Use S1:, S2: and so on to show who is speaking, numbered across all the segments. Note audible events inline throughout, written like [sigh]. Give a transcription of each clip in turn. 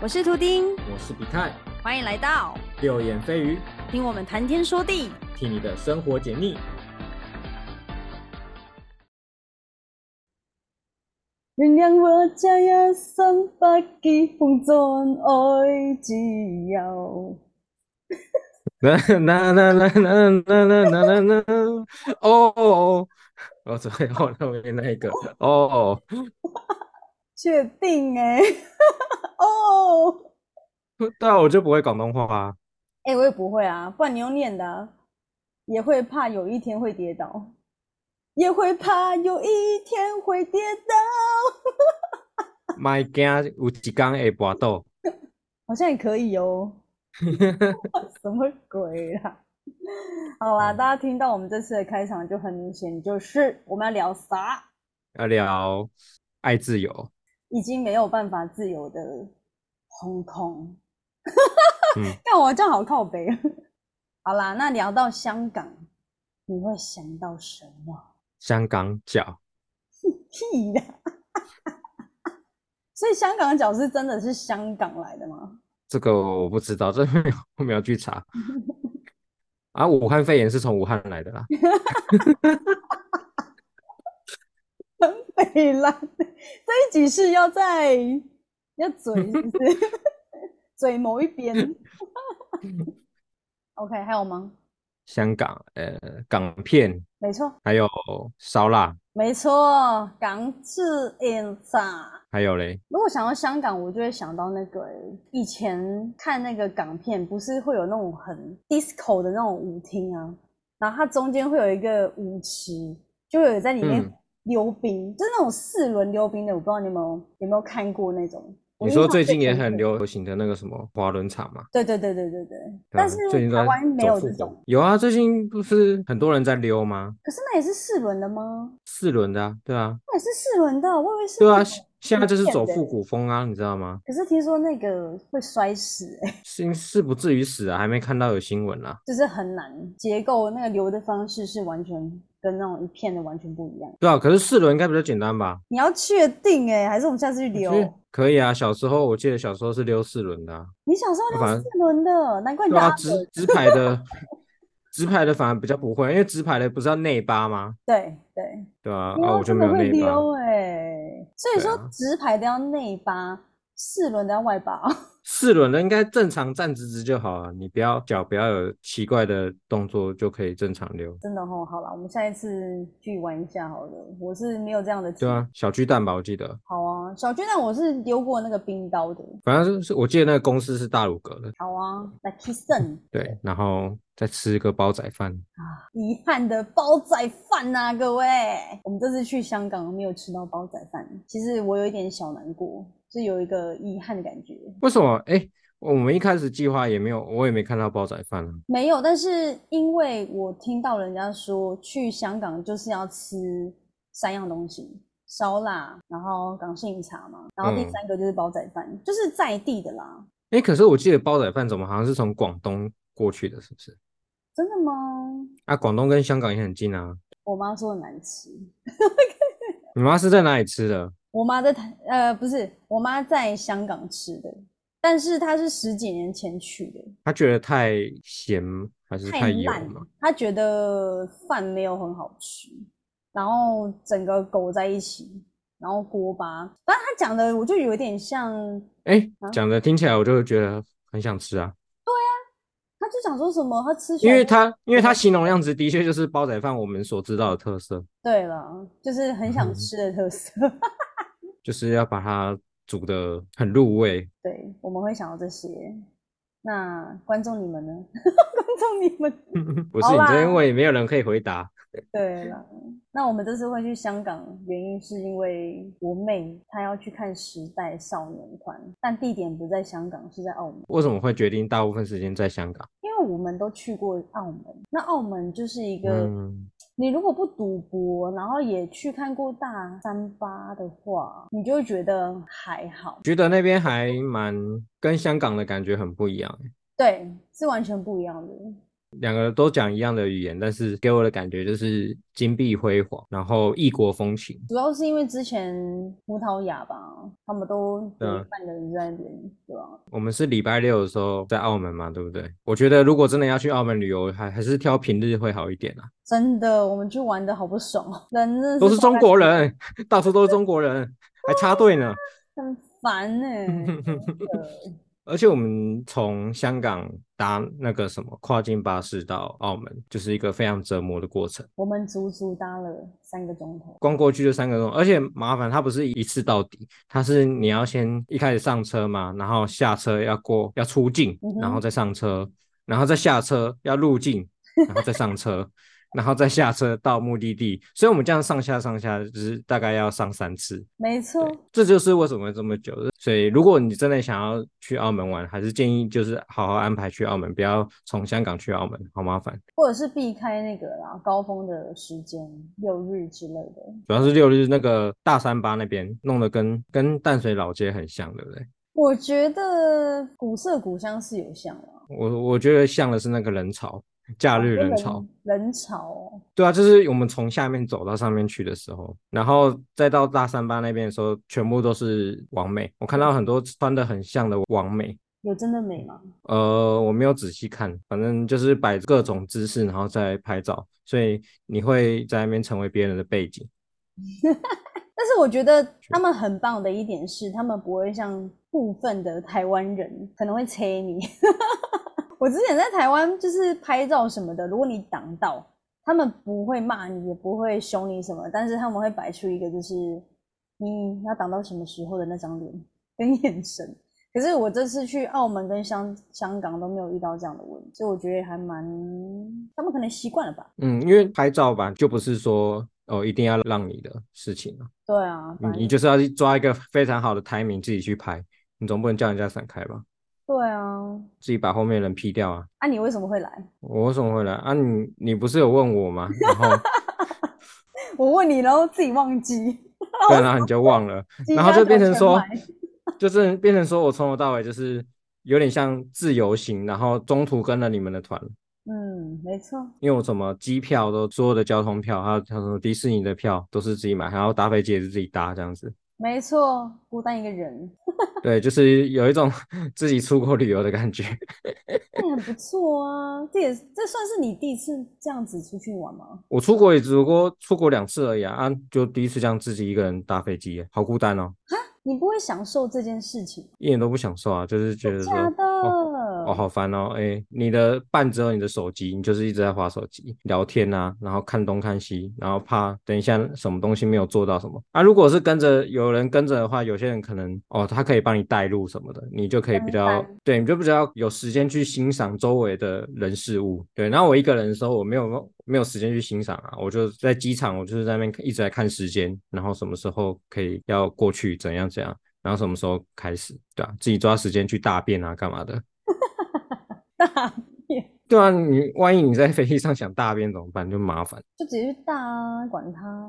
S1: 我是图丁，
S2: 我是比泰，
S1: 欢迎来到
S2: 六眼飞鱼，
S1: 听我们谈天说地。
S2: 替你的生活解腻。
S3: 原谅我这一生不羈放纵愛自由。
S2: 啦啦啦啦啦啦啦啦啦！哦哦，我只会后后面那一个哦，
S3: 确定哎、 [laughs] 哦，
S2: 但我就不会广东话啊。
S3: 哎、我也不会啊，不然你用念的、啊，也会怕有一天会跌倒，也会怕有一天会跌倒，
S2: My 惊有一天会跋倒，
S3: 好像也可以
S2: [laughs]
S3: 哦。 [laughs] 什么鬼啦？好啦，
S2: 嗯
S3: 大家听到我们这次的开场就很明显，就是我们要聊啥，
S2: 要聊爱自由。
S3: 已经没有办法自由的轰空。 [laughs]
S2: 嗯，
S3: 但我这样好靠北。好啦，那聊到香港，你会想到什么？
S2: 香港脚，
S3: 屁呀！ [laughs] 所以香港的脚是真的是香港来的吗？
S2: 这个我不知道，这没有我没有去查。啊，武汉肺炎是从武汉来的啦。
S3: 北兰，这一集是要在要嘴是不是？嘴某一边。OK，还有吗？
S2: 香港，呃，港片，
S3: 没错，
S2: 还有烧腊，
S3: 没错，港式 in 啥？
S2: 还有嘞，
S3: 如果想到香港，我就会想到那个欸以前看那个港片，不是会有那种很 disco 的那种舞厅啊，然后它中间会有一个舞池，就会有在里面
S2: 嗯
S3: 溜冰，就是那种四轮溜冰的，我不知道你有没有有没有看过那种。我
S2: 你
S3: 印
S2: 说
S3: 象
S2: 最近也
S3: 深
S2: 很
S3: 刻
S2: 流行的那个什么滑轮场嘛？
S3: 对对对对对对，但是
S2: 对啊最近都
S3: 台
S2: 在
S3: 湾没
S2: 走
S3: 有
S2: 复
S3: 这
S2: 古
S3: 种，
S2: 有啊，最近不是很多人在溜吗？
S3: 可是那也是四轮的吗？
S2: 四轮的啊，对啊，
S3: 那也是四轮的，我以为是
S2: 对啊，
S3: 那
S2: 现
S3: 种
S2: 现在就是
S3: 变
S2: 走
S3: 的
S2: 复古风啊，你知道吗？
S3: 可是听说那个会摔死、欸，
S2: 是是不至于死啊，还没看到有新闻啊。
S3: 就是很难结构，那个流的方式是完全跟那种一片的完全不一样。
S2: 对啊，可是四轮应该比较简单吧？
S3: 你要确定哎、还是我们下次去
S2: 我觉
S3: 溜？
S2: 得可以啊，小时候我记得小时候是溜四
S3: [laughs]
S2: 轮的啊，
S3: 你小时候
S2: 反
S3: 溜
S2: 正
S3: 四轮的，难怪你
S2: 对
S3: 阿
S2: 啊，
S3: 伯
S2: 直直排
S3: [laughs]
S2: 的，直排的反而比较不会，因为直排的不是要内八吗？
S3: 对对，
S2: 对啊，
S3: 你
S2: 啊
S3: 要
S2: 我就
S3: 真
S2: 没
S3: 的
S2: 有
S3: 会
S2: 内八，
S3: 溜哎、所以
S2: 对
S3: 说
S2: 啊
S3: 直排的要内八，四轮的要外八。
S2: 四轮的应该正常站直直就好啊，你不要脚不要有奇怪的动作就可以正常溜。
S3: 真的哦，好了，我们下一次去玩一下好了。我是没有这样的体
S2: 对
S3: 验。
S2: 啊，小巨蛋吧，我记得，
S3: 好啊，小巨蛋我是溜过那个冰刀的。
S2: 反正是是我记得那个公司是大鲁阁的，
S3: 好啊，Lucky Sun，
S2: 对，然后再吃个煲仔饭，
S3: 遗憾的煲仔饭呐、各位，我们这次去香港没有吃到煲仔饭，其实我有一点小难过，是有一个遗憾的感觉。
S2: 为什么？哎，我们一开始计划也没有，我也没看到煲仔饭啊。
S3: 没有，但是因为我听到人家说去香港就是要吃三样东西，烧腊，然后港式饮茶嘛，然后第
S2: 嗯
S3: 三个就是煲仔饭，就是在地的啦。
S2: 哎，可是我记得煲仔饭怎么好像是从广东过去的，是不是？
S3: 真的吗？
S2: 啊，广东跟香港也很近啊。
S3: 我妈说很难吃。
S2: 你妈是在哪里吃的？
S3: 我妈在台，呃，不是，我妈在香港吃的，但是她是十几年前去的，
S2: 她觉得太咸还是太油
S3: 烂
S2: 嘛
S3: 了？，她觉得饭没有很好吃，然后整个狗在一起，然后锅巴，反正她讲的我就有点像，
S2: 哎
S3: 啊，
S2: 讲的听起来我就觉得很想吃啊，
S3: 她就想说什么，她吃起
S2: 因
S3: 来
S2: 为
S3: 就
S2: 它因为它形容样子的确就是煲仔饭我们所知道的特色，
S3: 对了，就是很想
S2: 嗯
S3: 吃的特色， [laughs]
S2: 就是要把它煮的很入味。 [laughs]
S3: 对，我们会想到这些。那观众你们呢？ [laughs] 观众你
S2: [laughs]
S3: 们。
S2: 不是
S3: 好
S2: 你
S3: 啦
S2: 这边问，也没有人可以回答。
S3: 对了，那我们这次会去香港，原因是因为我妹她要去看《时代少年团》，但地点不在香港，是在澳门。
S2: 为什么会决定大部分时间在香港？
S3: 因为我们都去过澳门，那澳门就是一个，
S2: 嗯
S3: 你如果不赌博，然后也去看过大三巴的话，你就会觉得还好。
S2: 觉得那边还蛮跟香港的感觉很不一样欸。
S3: 对，是完全不一样的。
S2: 两个都讲一样的语言，但是给我的感觉就是金碧辉煌，然后异国风情。
S3: 主要是因为之前葡萄牙吧，他们都
S2: 对啊
S3: 有一半的人在那边，对吧？
S2: 我们是礼拜六的时候在澳门嘛，对不对？我觉得如果真的要去澳门旅游，还还是挑平日会好一点啊。
S3: 真的，我们去玩的好不爽哦，人真的
S2: 都是中国
S3: 放在
S2: 人， [laughs] 到处都是中国人，还插队
S3: 哦
S2: 呢。
S3: 很烦呢、
S2: [laughs]
S3: 真的
S2: 而且我们从香港搭那个什么跨境巴士到澳门，就是一个非常折磨的过程。
S3: 我们足足搭了三个钟头，
S2: 光过去就三个钟，而且麻烦它不是一次到底，它是你要先一开始上车嘛，然后下车要过要出境
S3: 嗯哼，
S2: 然后再上车，然后再下车要入境，然后再上车， [laughs] 然后再下车到目的地。所以我们这样上下上下就是大概要上三次，
S3: 没错，
S2: 这就是为什么会这么久。所以如果你真的想要去澳门玩，还是建议就是好好安排去澳门，不要从香港去澳门，好麻烦。
S3: 或者是避开那个啦高峰的时间，六日之类的。
S2: 主要是六日那个大三巴那边弄得跟跟淡水老街很像，对不对？
S3: 我觉得古色古香是有像啦，
S2: 我我觉得像的是那个人潮，假
S3: 哦
S2: 日人潮。
S3: 人潮、哦，
S2: 对啊，就是我们从下面走到上面去的时候，然后再到大三巴那边的时候，全部都是网美。我看到很多穿的很像的网美，
S3: 有真的美吗？
S2: 呃，我没有仔细看，反正就是摆各种姿势，然后再拍照，所以你会在那边成为别人的背景。
S3: 但是我觉得他们很棒的一点是，他们不会像部分的台湾人可能会催你。 [laughs] 我之前在台湾就是拍照什么的，如果你挡到，他们不会骂你，也不会凶你什么，但是他们会摆出一个就是你要挡到什么时候的那张脸跟眼神。可是我这次去澳门跟香香港都没有遇到这样的问题，所以我觉得还蛮，他们可能习惯了吧。
S2: 嗯，因为拍照吧，就不是说哦一定要让你的事情啊，
S3: 对啊，反正
S2: 你你就是要去抓一个非常好的 timing 自己去拍，你总不能叫人家闪开吧？
S3: 对啊。
S2: 自己把后面的人 P 掉啊！
S3: 啊，你为什么会来？
S2: 我为什么会来啊你？你不是有问我吗？然后
S3: [laughs] 我问你，然后自己忘记，
S2: 对，啊然后你就忘了，
S3: 鸡
S2: 然后
S3: 鸭
S2: 就变
S3: 叫
S2: 成
S3: 全
S2: 说
S3: 买，
S2: 就是变成说我从头到尾就是有点像自由行，然后中途跟了你们的团，
S3: 嗯，没错，
S2: 因为我什么机票都所有的交通票，还有什么迪士尼的票都是自己买，然后搭飞机也是自己搭这样子。
S3: 没错，孤单一个人，
S2: 对，就是有一种 [laughs] 自己出国旅游的感觉。 [laughs]
S3: 那也很不错啊。这也这算是你第一次这样子出去玩吗？
S2: 我出国也只不过出国两次而已啊，啊，就第一次这样自己一个人搭飞机耶，好孤单哦，
S3: 你不会享受这件事情，
S2: 一点都不享受啊，就是觉得说
S3: 假的？嗯
S2: 哦，好烦哦！哎，你的伴只有你的手机，你就是一直在划手机、聊天啊，然后看东看西，然后怕等一下什么东西没有做到什么啊。如果是跟着有人跟着的话，有些人可能哦，他可以帮你带路什么的，你就可以比
S3: 跟
S2: 较
S3: 班
S2: 对，你就比较有时间去欣赏周围的人事物。对，然后我一个人的时候，我没有没有时间去欣赏啊，我就在机场，我就是在那边一直在看时间，然后什么时候可以要过去，怎样怎样。然后什么时候开始，对啊？自己抓时间去大便啊，干嘛的？
S3: 大
S2: 对啊，你万一你在飞机上想大便怎么办？就麻烦。
S3: [laughs] 就直接去大啊，管他。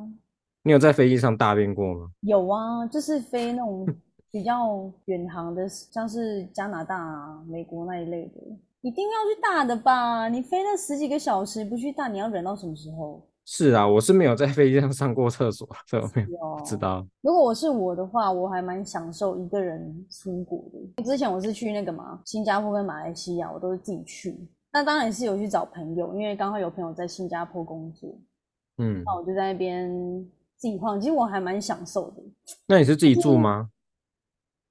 S2: 你有在飞机上大便过吗？
S3: 有啊，就是飞那种比较远航的，像是加拿大啊、美国那一类的，一定要去大的吧？你飞那十几个小时不去大，你要忍到什么时候？
S2: 是啊，我是没有在飞机上上过厕所，所以我没有不知
S3: 哦
S2: 道。
S3: 如果我是我的话，我还蛮享受一个人出国的。之前我是去那个嘛，新加坡跟马来西亚，我都是自己去。那当然是有去找朋友，因为刚好有朋友在新加坡工作，
S2: 嗯，
S3: 那我就在那边自己晃。其实我还蛮享受的。
S2: 那你是自己住吗？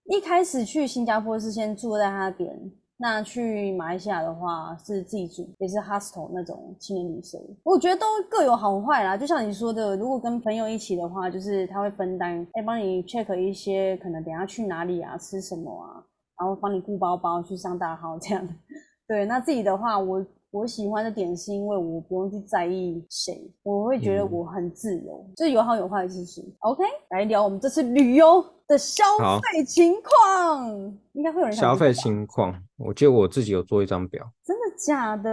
S3: 一开始去新加坡是先住在他那边，那去马来西亚的话是自己住，也是 hostel 那种青年旅社。我觉得都各有好坏啦，就像你说的，如果跟朋友一起的话，就是他会分担，哎，帮你 check 一些可能等一下去哪里啊，吃什么啊，然后帮你顾包包去上大号这样。对，那自己的话，我我喜欢的点是因为我不用去在意谁，我会觉得
S2: 嗯
S3: 我很自由，就是有好有坏，其实 OK。来聊我们这次旅游的消
S2: 好
S3: 费情况，应该会有人想
S2: 消
S3: 知道
S2: 费情况，我记得我自己有做一张表，
S3: 真的假的？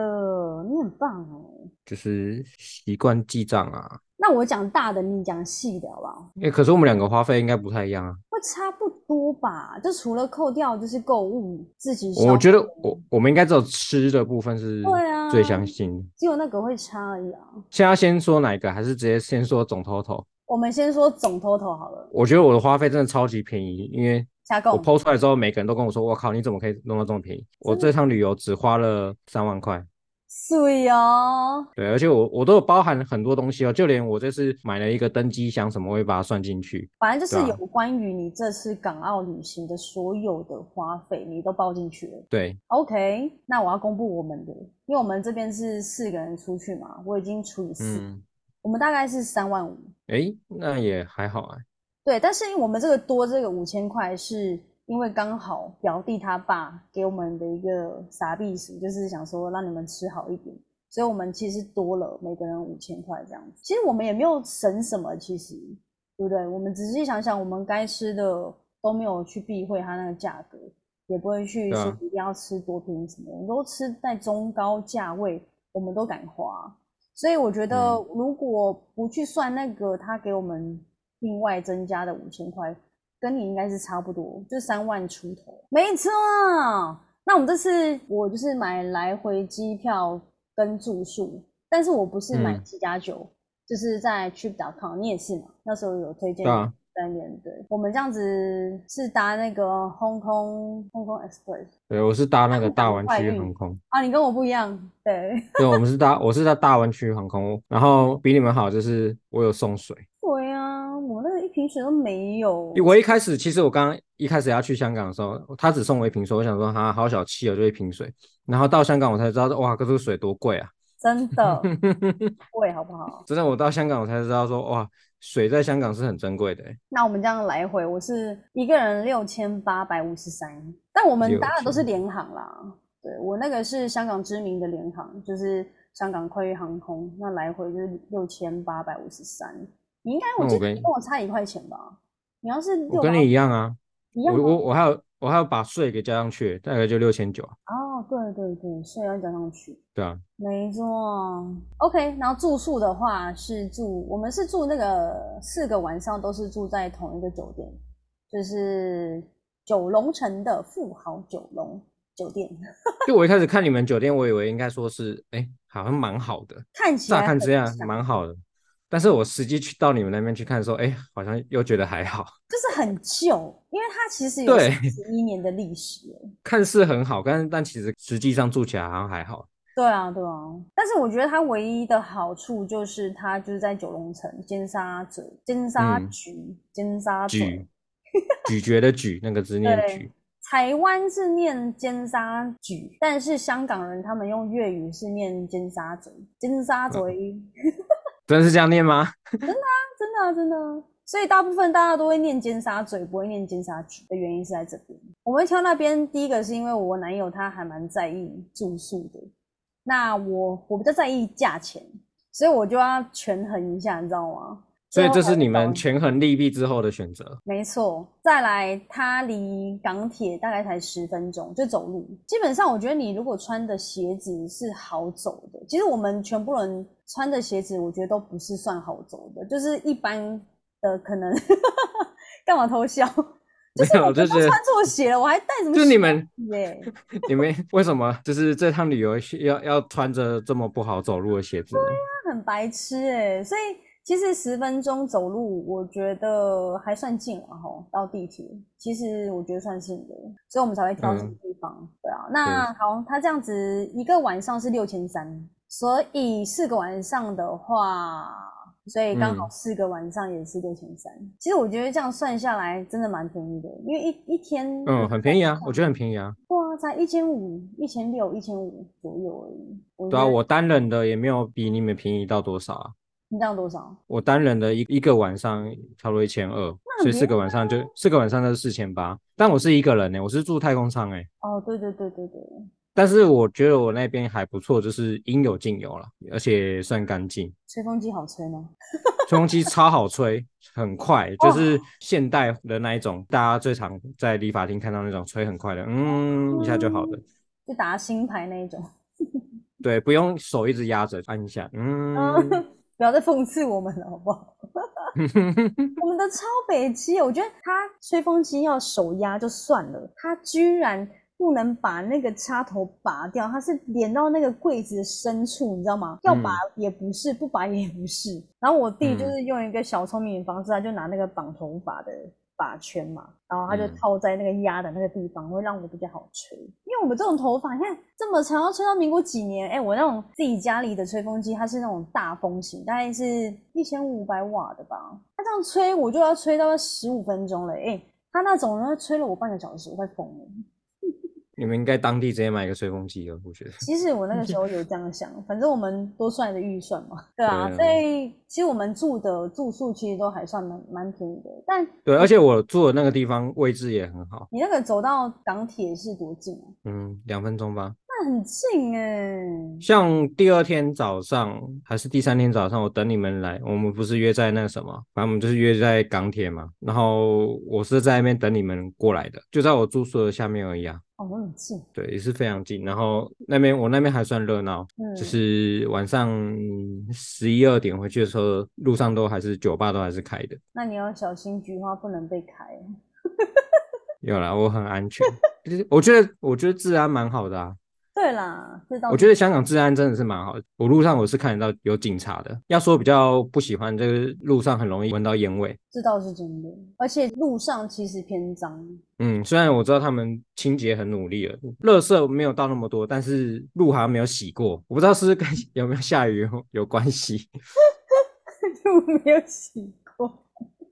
S3: 你很棒哦。
S2: 就是习惯记账啊。
S3: 那我讲大的，你讲细的好不好？
S2: 哎、可是我们两个花费应该不太一样啊。
S3: 会差不多吧，就除了扣掉就是购物自己消费，
S2: 我觉得我我们应该只有吃的部分是
S3: 对啊
S2: 最相信。
S3: 只有那个会差而已啊。
S2: 现在要先说哪一个，还是直接先说总 total？
S3: 我们先说总 total 好了，
S2: 我觉得我的花费真的超级便宜，因为
S3: 加购
S2: 我抛出来之后，每个人都跟我说：“我靠，你怎么可以弄到这么便宜？”我这趟旅游只花了三万块。
S3: 水哦，
S2: 对，而且我我都有包含很多东西哦，就连我这次买了一个登机箱什么，我也把它算进去。
S3: 反正就是
S2: 对啊
S3: 有关于你这次港澳旅行的所有的花费，你都包进去了。
S2: 对，
S3: OK，那我要公布我们的，因为我们这边是四个人出去嘛，我已经除以四，
S2: 嗯，
S3: 我们大概是三万五。
S2: 诶，那也还好啊。
S3: 对，但是因为我们这个多这个五千块，是因为刚好表弟他爸给我们的一个傻避暑，就是想说让你们吃好一点，所以我们其实多了每个人五千块这样子。其实我们也没有省什么，其实对不对？我们仔细想想，我们该吃的都没有去避讳它那个价格，也不会去
S2: 对啊
S3: 说一定要吃多便宜什么，我们都吃在中高价位，我们都敢花。所以我觉得，
S2: 嗯
S3: 如果不去算那个他给我们另外增加的五千块，跟你应该是差不多，就三万出头。没错，那我们这次我就是买来回机票跟住宿，但是我不是买
S2: 嗯
S3: 七加九，就是在 Trip.com，你也是嘛？那时候有推荐
S2: 对啊
S3: 在那边，对，我们这样子是搭那个 Hong Kong Hong Kong Express
S2: 对，我是搭那
S3: 那
S2: 个
S3: 你
S2: 大
S3: 赶
S2: 湾
S3: 快
S2: 区
S3: 运
S2: 航空，
S3: 啊，你跟我不一样，对， [laughs]
S2: 对，我们是搭我是在大湾区航空，然后比你们好就是我有送水。
S3: 对啊，我那个一瓶水都没有，
S2: 我一开始其实我刚刚一开始要去香港的时候，他只送我一瓶水，我想说哈、好小气哦，就一瓶水。然后到香港我才知道，哇，这个水多贵啊！
S3: 真
S2: [laughs]
S3: 的贵好不好？
S2: 真的，我到香港我才知道说，哇，水在香港是很珍贵的欸。
S3: 那我们这样来回，我是一个人六千八百五十三，但我们搭的都是联航啦。对我那个是香港知名的联航，就是香港快运航空，那来回就是六千八百五十三。你应该我
S2: 那
S3: 记得
S2: 我跟
S3: 你跟我差一块钱吧？你要是
S2: 我
S3: 六
S2: 跟你一样啊，
S3: 一
S2: 我
S3: 样
S2: 我
S3: 吗？
S2: 我还有我还有把税给加上去，大概就六千九啊。
S3: 哦，对对对，税要加上去。
S2: 对啊，
S3: 没错，OK。然后住宿的话是住，我们是住那个四个晚上都是住在同一个酒店，就是九龙城的富豪九龙酒店，
S2: 就我一开始看你们酒店，我以为应该说是，哎，好像蛮好的，
S3: 看起
S2: 乍
S3: 来
S2: 看
S3: 很
S2: 之下
S3: 像
S2: 蛮好的。但是我实际去到你们那边去看的时候，哎，好像又觉得还好，
S3: 就是很旧，因为它其实有
S2: 对
S3: 十一年的历史了。
S2: 看似很好，但但其实实际上住起来好像还好。
S3: 对啊，对啊，但是我觉得它唯一的好处就是它就是在九龙城、尖沙咀、尖沙
S2: 嗯
S3: 咀、尖沙咀
S2: 咀，咀嚼的咀，那个字念
S3: 对
S2: 咀，
S3: 台湾是念尖沙咀，但是香港人他们用粤语是念尖沙咀，尖沙咀，
S2: 真的是这样念吗？
S3: 真的啊、真的啊、所以大部分大家都会念尖沙咀，不会念尖沙咀的原因是在这边。我们挑那边，第一个是因为我男友他还蛮在意住宿的，那我我比较在意价钱，所以我就要权衡一下，你知道啊吗？
S2: 所以
S3: 最后
S2: 这
S3: 还
S2: 是你
S3: 找
S2: 们权衡利弊之后的选择。
S3: 没错，再来，它离港铁大概才十分钟，就走路。基本上，我觉得你如果穿的鞋子是好走的，其实我们全部人穿的鞋子，我觉得都不是算好走的，就是一般的可能。 [laughs] 干嘛偷笑？ [laughs] 就是
S2: 没有
S3: 我
S2: 就
S3: 们都
S2: 是
S3: 穿错鞋了，我还带什么鞋？
S2: 就你们
S3: 耶，
S2: 你们为什么就是这趟旅游要要穿着这么不好走路的鞋子呢？
S3: 那很白痴哎、所以其实十分钟走路，我觉得还算近了吼。到地铁，其实我觉得算近的，所以我们才会挑这个
S2: 嗯
S3: 地方。对啊，那好，他这样子一个晚上是六千三，所以四个晚上的话，所以刚好
S2: 嗯
S3: 四个晚上也是六千三。其实我觉得这样算下来真的蛮便宜的，因为一一天
S2: 嗯，很便宜啊，我觉
S3: 得
S2: 得很便宜啊。
S3: 对啊，才一千五、一千六、一千五左右而已。我
S2: 对啊，
S3: 觉得
S2: 我单人的也没有比你们便宜到多少啊。
S3: 你这样多少？
S2: 我单人的一一个晚上差不多一千二，所以
S3: 没
S2: 四个晚上就四个晚上就是四千八。但我是一个人呢、我是住太空舱哎、
S3: 哦，对对对对对，
S2: 但是我觉得我那边还不错，就是应有尽有了，而且算干净。
S3: 吹风机好吹吗？
S2: 吹风机超好吹，很快，就是现代的那一种，大家最常在理发厅看到那种吹很快的，嗯，一下就好了。
S3: 就打新牌那一种，
S2: 对，不用手一直压着，按一下，嗯，
S3: [laughs] 不要再讽刺我们了，好不好？ [laughs] 我们的超北七，我觉得他吹风机要手压就算了，他居然不能把那个插头拔掉，他是连到那个柜子深处，你知道吗？要拔也不是，不拔也不是。然后我弟就是用一个小聪明的方式，他就拿那个绑头发的。发圈嘛，然后它就
S2: 嗯
S3: 套在那个压的那个地方，会让我比较好吹。因为我们这种头发，你看这么长，要吹到民国几年？哎，我那种自己家里的吹风机，它是那种大风型，大概是一千五百瓦的吧。它这样吹，我就要吹到十五分钟了。哎，它那种呢，吹了我半个小时，我快疯了。
S2: 你们应该当地直接买一个吹风机了，我觉得。
S3: 其实我那个时候有这样想，反正我们多算的预算嘛，对啊，
S2: 对啊
S3: 所以其实我们住的住宿其实都还算蛮蛮便宜的。但
S2: 对，而且我住的那个地方位置也很好，
S3: 你那个走到港铁是多近啊？
S2: 嗯，两分钟吧。
S3: 那很近哎、
S2: 像第二天早上还是第三天早上，我等你们来，我们不是约在那什么，反正我们就是约在港铁嘛。然后我是在那边等你们过来的，就在我住宿的下面而已啊。
S3: 哦，那很近，
S2: 对，也是非常近。然后那边我那边还算热闹，
S3: 嗯，
S2: 就是晚上十一二点回去的时候，路上都还是酒吧都还是开的。
S3: 那你要小心菊花不能被开。啊
S2: 有啦，我很安全。 [laughs] 就是我觉得我觉得治安蛮好的啊，
S3: 对啦，这倒
S2: 我觉得香港治安真的是蛮好的。我路上我是看得到有警察的。要说比较不喜欢，就是路上很容易闻到烟味。
S3: 这倒是真的，而且路上其实偏脏， [laughs]
S2: 嗯，虽然我知道他们清洁很努力了，垃圾没有到那么多，但是路好像没有洗过，我不知道是不是跟 [laughs] 有没有下雨有有关系，
S3: 路没有洗过。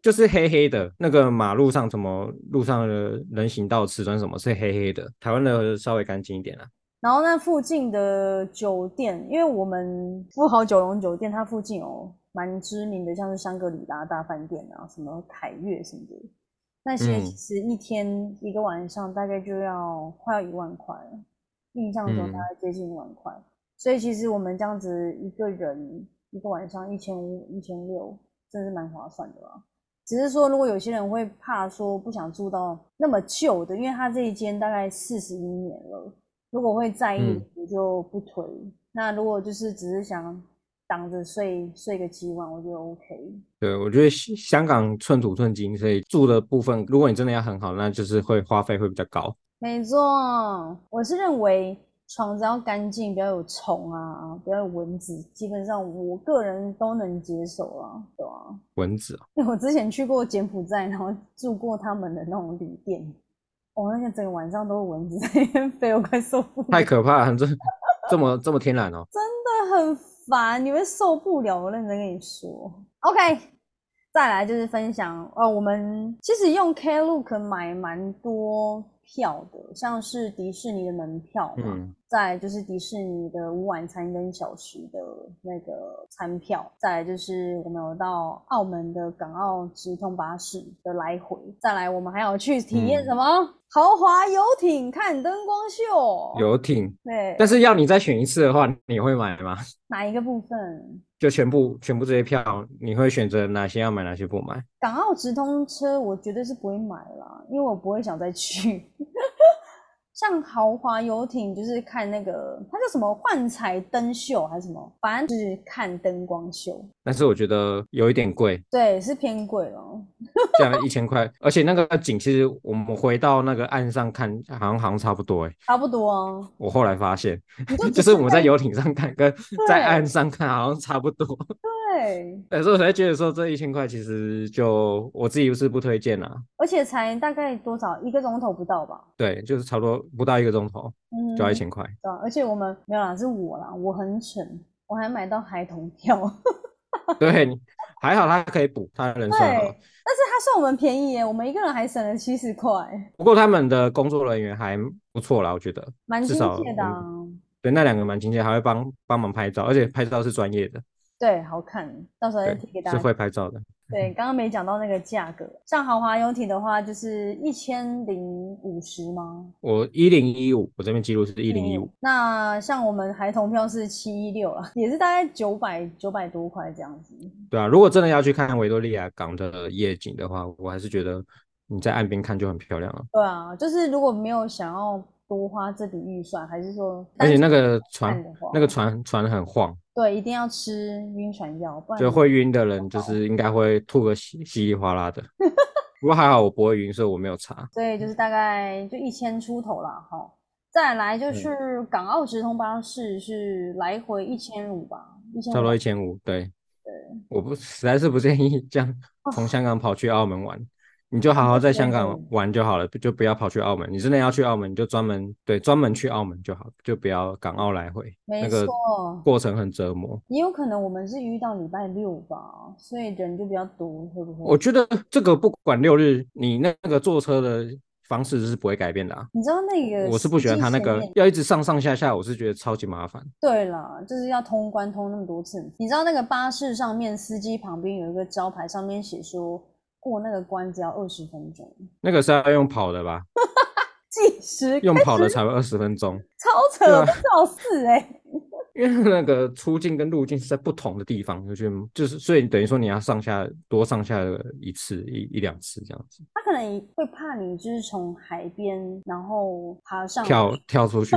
S2: 就是黑黑的。那个马路上什么路上的人行道、瓷砖什么是黑黑的，台湾的稍微干净一点啦、
S3: 然后那附近的酒店，因为我们富豪九龙酒店，它附近有蛮知名的，像是香格里拉大饭店啊，什么凯悦什么的，那些
S2: 嗯
S3: 其实一天一个晚上大概就要快要一万块了，印象中大概接近一万块，所以其实我们这样子一个人一个晚上一千五、一千六，真是蛮划算的啦。只是说，如果有些人会怕说不想住到那么旧的，因为它这一间大概四十一年了，如果会在意
S2: 嗯，
S3: 我就不推。那如果就是只是想挡着睡睡个几晚，我觉得 OK。
S2: 对，我觉得香香港寸土寸金，所以住的部分，如果你真的要很好，那就是会花费会比较高。
S3: 没错，我是认为床只要干净，不要有虫啊，不要有蚊子，基本上我个人都能接受啊，对啊。
S2: 蚊子哦，
S3: 因为我之前去过柬埔寨，然后住过他们的那种旅店，我、那个整个晚上都是蚊子在那边飞，我快受不了，
S2: 太可怕了，这这么这么天然哦。
S3: 真的很烦，你会受不了。我认真跟你说，OK。再来就是分享，呃，我们其实用 Klook 买蛮多票的，像是迪士尼的门票嘛，
S2: 嗯，
S3: 再来就是迪士尼的午晚餐跟小时的那个餐票，再来就是我们有到澳门的港澳直通巴士的来回，再来我们还有去体验
S2: 嗯
S3: 什么、豪华游艇看灯光秀，
S2: 游艇，
S3: 对，
S2: 但是要你再选一次的话，你会买吗？
S3: 哪一个部分？
S2: 就全部全部这些票，你会选择哪些要买，哪些不买？
S3: 港澳直通车我绝对是不会买啦，因为我不会想再去。像豪华游艇就是看那个，它叫什么幻彩灯秀还是什么，反正就是看灯光秀。
S2: 但是我觉得有一点贵，
S3: 对，是偏贵哦了。
S2: 这样一千块，而且那个景其实我们回到那个岸上看，好像好像差不多诶。
S3: 差不多啊，
S2: 我后来发现，
S3: 你就
S2: [laughs] 就是我们在游艇上看跟在
S3: 对
S2: 岸上看好像差不多。
S3: 对，
S2: 对，哎所以我才觉得说这一千块其实就我自己是不推荐啦、
S3: 而且才大概多少一个钟头不到吧，
S2: 对，就是差不多不到一个钟头
S3: 嗯，
S2: 就要一千块，
S3: 对啊而且我们没有啦，是我啦，我很蠢，我还买到孩童票，
S2: 对， [laughs] 你还好他可以补，他人
S3: 对，
S2: 算好。
S3: 但是他算我们便宜耶，我们一个人还省了七十块，
S2: 不过他们的工作人员还不错啦，我觉得
S3: 蛮
S2: 至
S3: 亲
S2: 少嗯
S3: 切的啊，
S2: 对那两个蛮亲切，还会帮帮忙拍照，而且拍照是专业的，
S3: 对，好看，到时候再
S2: 对
S3: 贴给，大
S2: 是
S3: 家。
S2: 会拍照的。
S3: 对，刚刚没讲到那个价格，像豪华游艇的话，就是一千零五十吗？
S2: 我一零一五，我这边记录是一零一五
S3: 嗯。那像我们孩童票是七一六啊，也是大概九百九百多块这样子。
S2: 对啊，如果真的要去看维多利亚港的夜景的话，我还是觉得你在岸边看就很漂亮了。
S3: 对啊，就是如果没有想要多花这笔预算，还是说
S2: 而
S3: 单
S2: 且那
S3: 纯
S2: 个
S3: 看
S2: 船
S3: 的话，
S2: 那个船船很晃，
S3: 对一定要吃晕船药，不然
S2: 就
S3: 你
S2: 会晕的人就是应该会吐个稀稀里哗
S3: [laughs]
S2: 啦的。不过还好我不会晕，所以我没有查。
S3: 所以就是大概就一千出头啦，哈。再来
S2: 嗯
S3: 就是港澳直通巴士是来回一千五吧，一千
S2: 差不多一千五，对，
S3: 对，
S2: 我不实在是不建议这样
S3: [laughs] 哦
S2: 从香港跑去澳门玩，你就好好在香港玩就好了，就不要跑去澳门。你真的要去澳门，你就专门对专门去澳门就好，就不要港澳来回，那
S3: 没
S2: 个
S3: 错
S2: 过程很折磨。
S3: 也有可能我们是遇到礼拜六吧，所以人就比较多，会不
S2: 我
S3: 会？
S2: 觉得这个不管六日，你那个坐车的方式是不会改变的啊。
S3: 你知道那个
S2: 我是不喜
S3: 呃实
S2: 欢
S3: 际
S2: 他那个
S3: 前面
S2: 要一直上上下下，我是觉得超级麻烦。
S3: 对啦，就是要通关通那么多次。你知道那个巴士上面司机旁边有一个招牌，上面写说过那个关只要二十分钟， [laughs]
S2: 那个是要用跑的吧？
S3: 计时
S2: 用跑的才会二十分钟，
S3: 超扯，
S2: 对啊
S3: 我笑死哎、欸！
S2: 因为那个出境跟入境是在不同的地方，就去就是所以等于说你要上下多上下一次一一两次这样子，
S3: 他可能会怕你就是从海边然后爬上
S2: 跳
S3: [laughs]
S2: 跳出去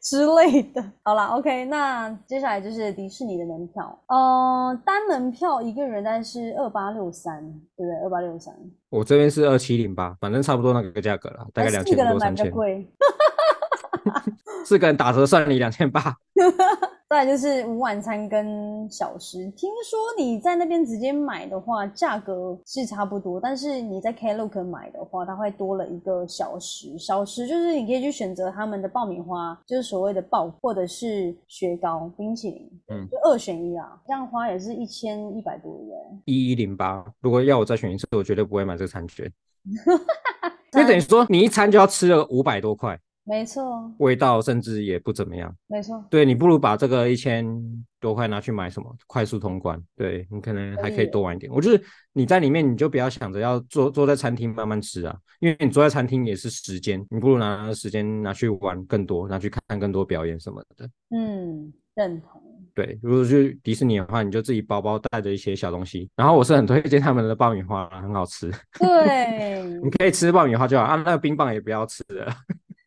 S3: 之类的。好啦 o k 那接下来就是迪士尼的门票，呃，单门票一个人大概是二八六三，对不对？二八六三，
S2: 我这边是二七零八，反正差不多那个价格啦，大概两
S3: 四
S2: 千
S3: 个人
S2: 多
S3: 买
S2: 三
S3: 比较
S2: 千，
S3: 贵。
S2: 四个人打折算你两千八，
S3: 再来就是午晚餐跟小食，听说你在那边直接买的话，价格是差不多，但是你在 Klook 买的话，它会多了一个小食。小食就是你可以去选择他们的爆米花，就是所谓的爆，或者是雪糕、冰淇淋，
S2: 嗯
S3: 就二选一啦。这样花也是一千一百多耶。
S2: 一一零八。如果要我再选一次，我绝对不会买这个餐券，
S3: [laughs]
S2: 因为等于说你一餐就要吃了五百多块，
S3: 没错，
S2: 味道甚至也不怎么样。
S3: 没错，
S2: 对你不如把这个一千多块拿去买什么快速通关，对你可能还可
S3: 可以
S2: 以多玩一点。我就是你在里面，你就不要想着要坐坐在餐厅慢慢吃啊，因为你坐在餐厅也是时间，你不如拿时间拿去玩更多，拿去看更多表演什么的。
S3: 嗯，认同。
S2: 对，如果去迪士尼的话，你就自己包包带着一些小东西。然后我是很推荐他们的爆米花啦，很好吃， [laughs]
S3: 对，
S2: 你可以吃爆米花就好啊，那个冰棒也不要吃了，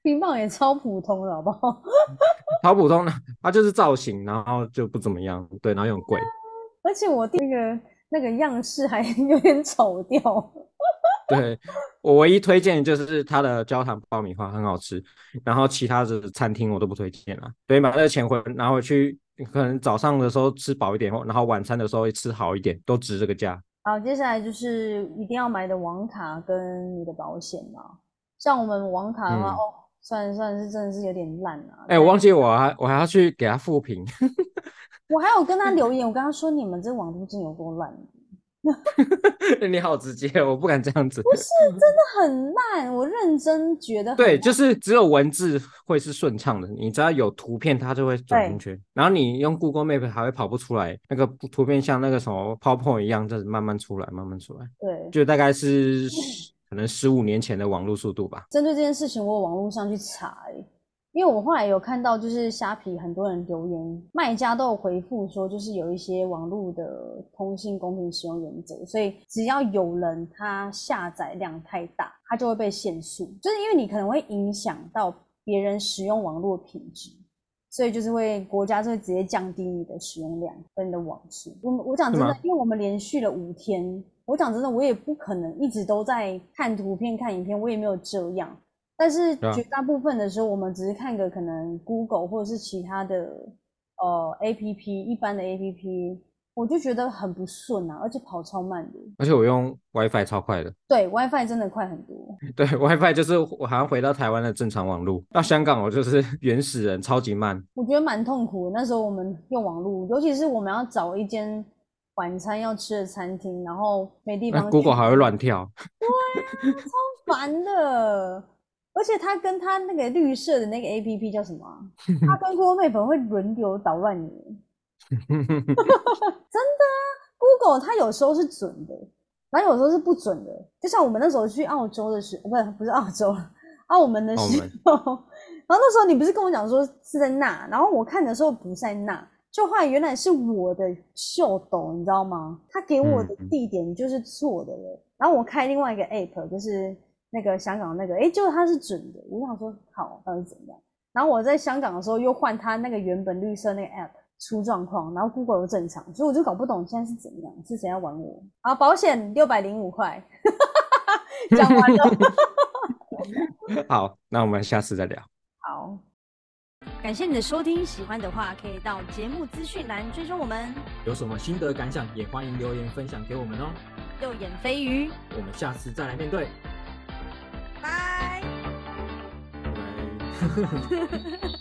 S3: 冰棒也超普通的，好不好？ [laughs]
S2: 好普通的，它就是造型，然后就不怎么样，对，然后又很贵。
S3: 而且我那个那个样式还有点丑掉。
S2: 对，我唯一推荐就是它的焦糖爆米花很好吃，然后其他的餐厅我都不推荐了。对，把这个钱回拿回去，可能早上的时候吃饱一点，然后晚餐的时候吃好一点，都值这个价。
S3: 好，接下来就是一定要买的网卡跟你的保险嘛。像我们网卡的话，
S2: 嗯
S3: 哦，算算是真的是有点烂啊。
S2: 哎，我忘记我还我还要去给他复评， [laughs]
S3: 我还有跟他留言，我跟他说你们这网路金有多烂，
S2: 你好直接，哦我不敢这样子。
S3: 那很烂，我认真觉得很
S2: 对，
S3: 烂
S2: 就是只有文字会是顺畅的，你只要有图片，它就会转进去。然后你用 Google Map 还会跑不出来，那个图片像那个什么 PowerPoint 一样，这样子慢慢出来，慢慢出来。
S3: 对。
S2: 就大概是10可能十五年前的网络速度吧。
S3: 针对这件事情，我有网络上去查、欸，因为我后来有看到，就是虾皮很多人留言，卖家都有回复说，就是有一些网络的通信公平使用原则，所以只要有人他下载量太大，他就会被限速，就是因为你可能会影响到别人使用网络品质。所以就是会国家就会直接降低你的使用量跟你的网速。我们我讲真
S2: 是
S3: 的
S2: 吗，
S3: 因为我们连续了五天，我讲真的，我也不可能一直都在看图片、看影片，我也没有这样。但是
S2: 对啊
S3: 绝大部分的时候，我们只是看个可能 Google 或者是其他的呃 A P P 一般的 A P P，我就觉得很不顺啊，而且跑超慢的。
S2: 而且我用 WiFi 超快的， [laughs]
S3: 对 WiFi 真的快很多，
S2: 对 WiFi 就是我好像回到台湾的正常网络，到香港我就是 [laughs] 原始人，超级慢。
S3: 我觉得蛮痛苦的。那时候我们用网络，尤其是我们要找一间晚餐要吃的餐厅，然后没地
S2: 那
S3: 方
S2: Google
S3: 去
S2: 还会乱跳，
S3: 烦的。而且它跟它那个绿色的那个 A P P 叫什 [laughs] 么、啊？它跟 Google Map 会轮流捣乱 [laughs] 你。Google 啊它有时候是准的，然后有时候是不准的。就像我们那时候去澳洲的时候，不是不是澳洲了，澳门的时候， [laughs] 然后那时候你不是跟我讲说是在那，然后我看的时候不在那，就后来原来是我的秀抖，你知道吗？他给我的
S2: 嗯
S3: 地点就是错的了。然后我开另外一个 app，就是那个香港那个，诶，结果它是准的。我想说好，到底怎么样？然后我在香港的时候又换它那个原本绿色那个 app 出状况，然后 Google 又正常，所以我就搞不懂现在是怎样，是谁要玩我？啊，保险六百零五块，讲完
S2: [laughs]
S3: 了。
S2: 好，那我们下次再聊。
S3: 好，
S1: 感谢你的收听，喜欢的话可以到节目资讯栏追踪我们
S4: 有什么心得感想，也欢迎留言分享给我们哦。
S1: 右眼飞鱼，
S4: 我们下次再来面对。
S1: 拜。
S2: 拜拜。